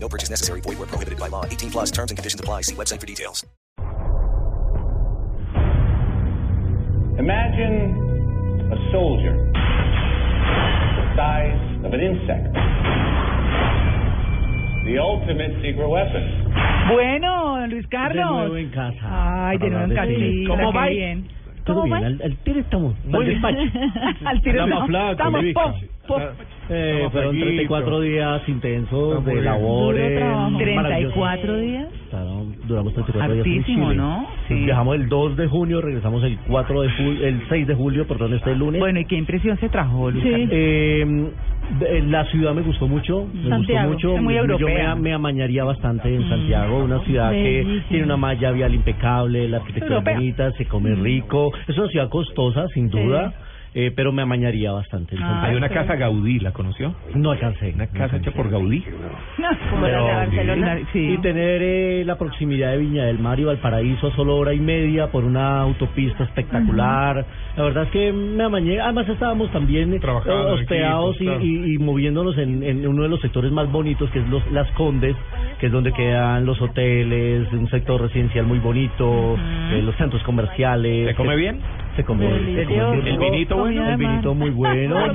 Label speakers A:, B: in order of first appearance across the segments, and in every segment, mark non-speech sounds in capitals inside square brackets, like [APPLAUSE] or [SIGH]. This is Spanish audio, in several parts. A: No purchase necessary. Void where prohibited by law. 18 plus terms and conditions apply. See website for details.
B: Imagine a soldier the size of an insect. The ultimate secret weapon.
C: Bueno, Luis
D: De nuevo
C: Carlos.
D: en casa.
C: Ay, de nuevo en
D: Para hablar de
C: casita.
D: cine. ¿Cómo va?
C: qué bien.
D: Todo
C: ¿Cómo
D: bien,
C: va?
D: al, al tiro estamos. Muy
C: bien. [LAUGHS]
D: [LAUGHS]
C: Al tiro
E: Estamos
C: no.
E: flacos,
C: Estamos
E: Vivi.
C: pop, pop.
D: Eh,
E: Estamos
D: fueron
E: flaquitos.
D: 34 días intensos
E: Estamos
D: de
E: bien.
D: labores. maravillosos.
C: 34 días.
D: Claro, duramos 34 días en
C: Hartísimo,
D: Chile.
C: ¿no? Sí.
D: Viajamos el 2 de junio, regresamos el 4 de julio, el 6 de julio, perdón, este lunes.
C: Bueno, ¿y qué impresión se trajo, Luis? Carlos?
D: Eh, de- la ciudad me gustó mucho, me
C: Santiago,
D: gustó
C: es
D: mucho.
C: muy
D: yo
C: europea. Mm.
D: me, me amañaría bastante en Santiago, una ciudad que tiene una malla vial impecable, la arquitectura es
C: Europea. Mm.
D: bonita, se come rico. Es una ciudad costosa, sin duda, eh, pero me amañaría bastante. en
C: Ah,
E: Hay
D: Santiago.
E: una
C: [LAUGHS]
E: casa Gaudí, ¿la conoció?
D: No alcancé.
E: Una
D: no
E: casa hecha
D: alcancé.
E: por Gaudí.
C: Como la
D: Pero-
C: de Barcelona. Sí.
D: Y tener eh, la proximidad de Viña del Mar y Valparaíso a solo hora y media por una autopista espectacular. La verdad es que me amañé. Además estábamos también eh,
E: Trabajando en
D: hospedados
E: equipo, claro.
D: y, y- y moviéndonos en, en uno de los sectores más bonitos, que es los, Las Condes, que es donde quedan los hoteles, un sector residencial muy bonito, eh, los centros comerciales.
E: ¿Se come bien?
D: Se come se come
C: Delicioso.
D: muy
E: El
D: rico.
E: vinito bueno.
C: Comida
D: El vinito muy [LAUGHS] bueno,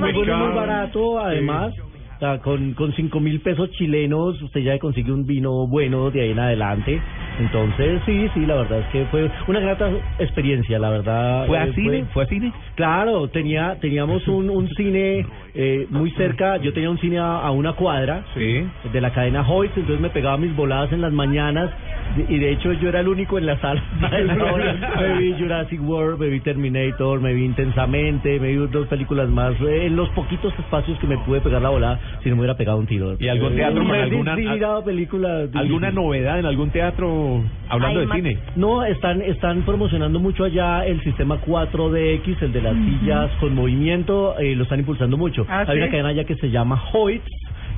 C: Muy
D: muy, bueno,
E: caro.
D: muy barato, además. o sea, con, con 5 mil pesos chilenos, usted ya consigue un vino bueno de ahí en adelante. Entonces, sí, sí, la verdad es que fue una grata experiencia, la verdad.
E: ¿Fue
D: eh,
E: a cine? ¿Fue a cine?
D: Claro, tenía, teníamos un, un cine eh, muy cerca, yo tenía un cine a, a una cuadra
E: Sí.
D: de la cadena Hoyts, entonces me pegaba mis voladas en las mañanas de- y de hecho yo era el único en la sala. [LAUGHS] a esa hora. me vi Jurassic World, me vi Terminator, me vi intensamente, me vi dos películas más. eh, en los poquitos espacios que me pude pegar la volada, si no me hubiera pegado un tiro.
E: ¿Y algún teatro
D: Un
E: con
D: mes
E: alguna-
D: sin ir a película?
E: ¿Alguna novedad en algún teatro hablando de cine?
D: No, están, están promocionando mucho allá el sistema 4DX, el de las sillas con movimiento, eh, lo están impulsando mucho.
C: Ah,
D: Hay
C: ¿sí?
D: una cadena allá que se llama Hoyts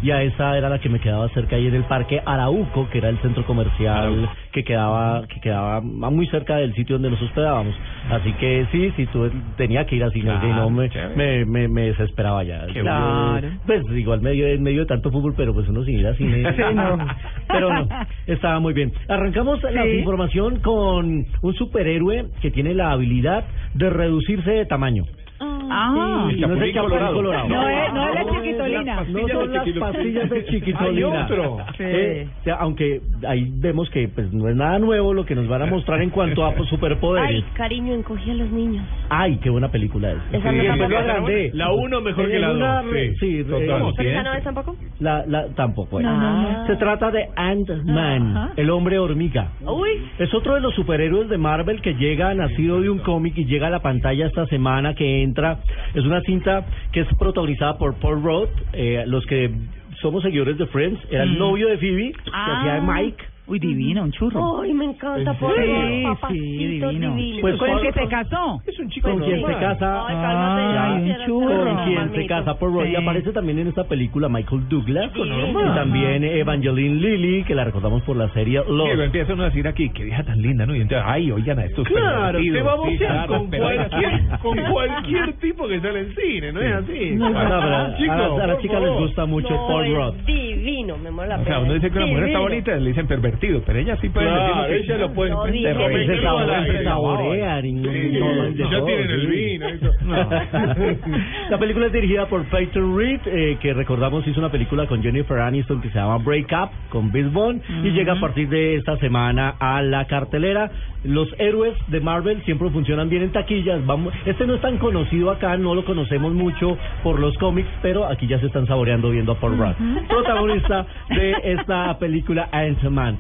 D: y a esa era la que me quedaba cerca ahí en el parque Arauco, que era el centro comercial que quedaba que quedaba muy cerca del sitio donde nos hospedábamos. Así que sí, sí, tuve- tenía que ir así, no,
E: Claro,
D: no, me,
E: chévere.
D: me, me, me desesperaba ya.
E: Qué
C: Ah, bueno.
D: Pues igual medio, en medio de tanto fútbol, pero pues uno sin ir a cine.
C: [LAUGHS] Sí, no.
D: Pero no, [LAUGHS] estaba muy bien. Arrancamos la
C: Sí.
D: información con un superhéroe que tiene la habilidad de reducirse de tamaño.
C: Ah.
E: El
D: Y no es el
E: Chapulín Colorado.
C: No es- no es la chiquitolina.
E: las
D: No
E: pastillas
D: son
E: de
D: las
E: chiquitolina.
D: pastillas [LAUGHS] de
E: Hay
D: chiquitolina.
E: otro.
C: Sí.
D: Eh, o sea, aunque ahí vemos que pues no es nada nuevo lo que nos van a mostrar en cuanto
E: [LAUGHS]
D: a pues, superpoderes.
F: cariño, encogí a los niños.
D: Ay, qué buena película es.
F: Esa no
D: Sí,
F: tampoco.
D: yo lo agrandé.
E: La uno mejor que la
D: Es una
E: dos,
D: re-
E: sí.
D: Sí, re-
E: Total.
D: eh,
F: ¿Pero esa no es tampoco?
D: La, la, tampoco es.
C: No, no, no.
D: Se trata de Ant-Man,
C: Ajá.
D: el hombre hormiga.
F: Uy.
D: Es otro de los superhéroes de Marvel que llega nacido de un cómic y llega a la pantalla esta semana que entra. Es una cinta que es protagonizada por Paul Rudd, eh, los que somos seguidores de Friends, era el novio de Phoebe,
C: Ah.
D: que hacía de Mike. Oh,
C: Uy, divino, un churro.
F: Ay, me encanta, por
C: Sí,
F: favor,
C: sí,
F: papacito
C: divino.
F: divino.
D: Pues,
C: Con el que
D: Paul-
C: se casó.
E: Es un chico
D: Con quien se
E: normal.
D: casa, Ah,
F: Ay, cálmate,
C: Ay,
F: ya
C: un
F: quisiera
C: churro.
F: estar
D: con
C: Ay,
D: quien se
F: mamita.
D: casa Paul Rudd.
C: Sí.
D: Y aparece también en esta película Michael Douglas
F: normal.
D: y también Evangeline Lilly, que la recordamos por la serie Lost.
E: Diego, empieza uno a decir aquí, qué vieja tan linda, ¿no? Y entonces, ay, oigan a estos
D: Claro,
E: pervertidos,
D: te vamos
E: sí,
D: a
E: claro,
D: con
E: pero-
D: cualquier-
E: [LAUGHS] con cualquier tipo que sale en cine, ¿no es así? Ah,
D: No, pero a,
E: Chico,
D: las- a las
E: por
D: chicas les
E: favor.
D: gusta mucho
F: No,
D: Paul
F: es
D: Rudd.
F: Divino, me mola la
E: O
F: pena.
E: sea, uno dice que una mujer está
F: Divino.
E: bonita, le dicen pervertido, pero ella sí puede
D: Claro,
E: decir
D: ella lo
F: puede- No, pues, dije-
D: Pero se
F: Pero que
D: saborean, se
F: no,
D: saborean y no-
E: Sí,
D: no, no,
E: ya
D: no,
E: tienen el
D: sí.
E: vino, eso. [LAUGHS] No.
D: La película es dirigida por Peter Reed, eh, que recordamos hizo una película con Jennifer Aniston que se llama Break Up con Vince Vaughn y llega a partir de esta semana a la cartelera. Los héroes de Marvel siempre funcionan bien en taquillas. Vamos, este no es tan conocido acá, no lo conocemos mucho por los cómics, pero aquí ya se están saboreando viendo a Paul Rudd, protagonista de esta película Ant-Man.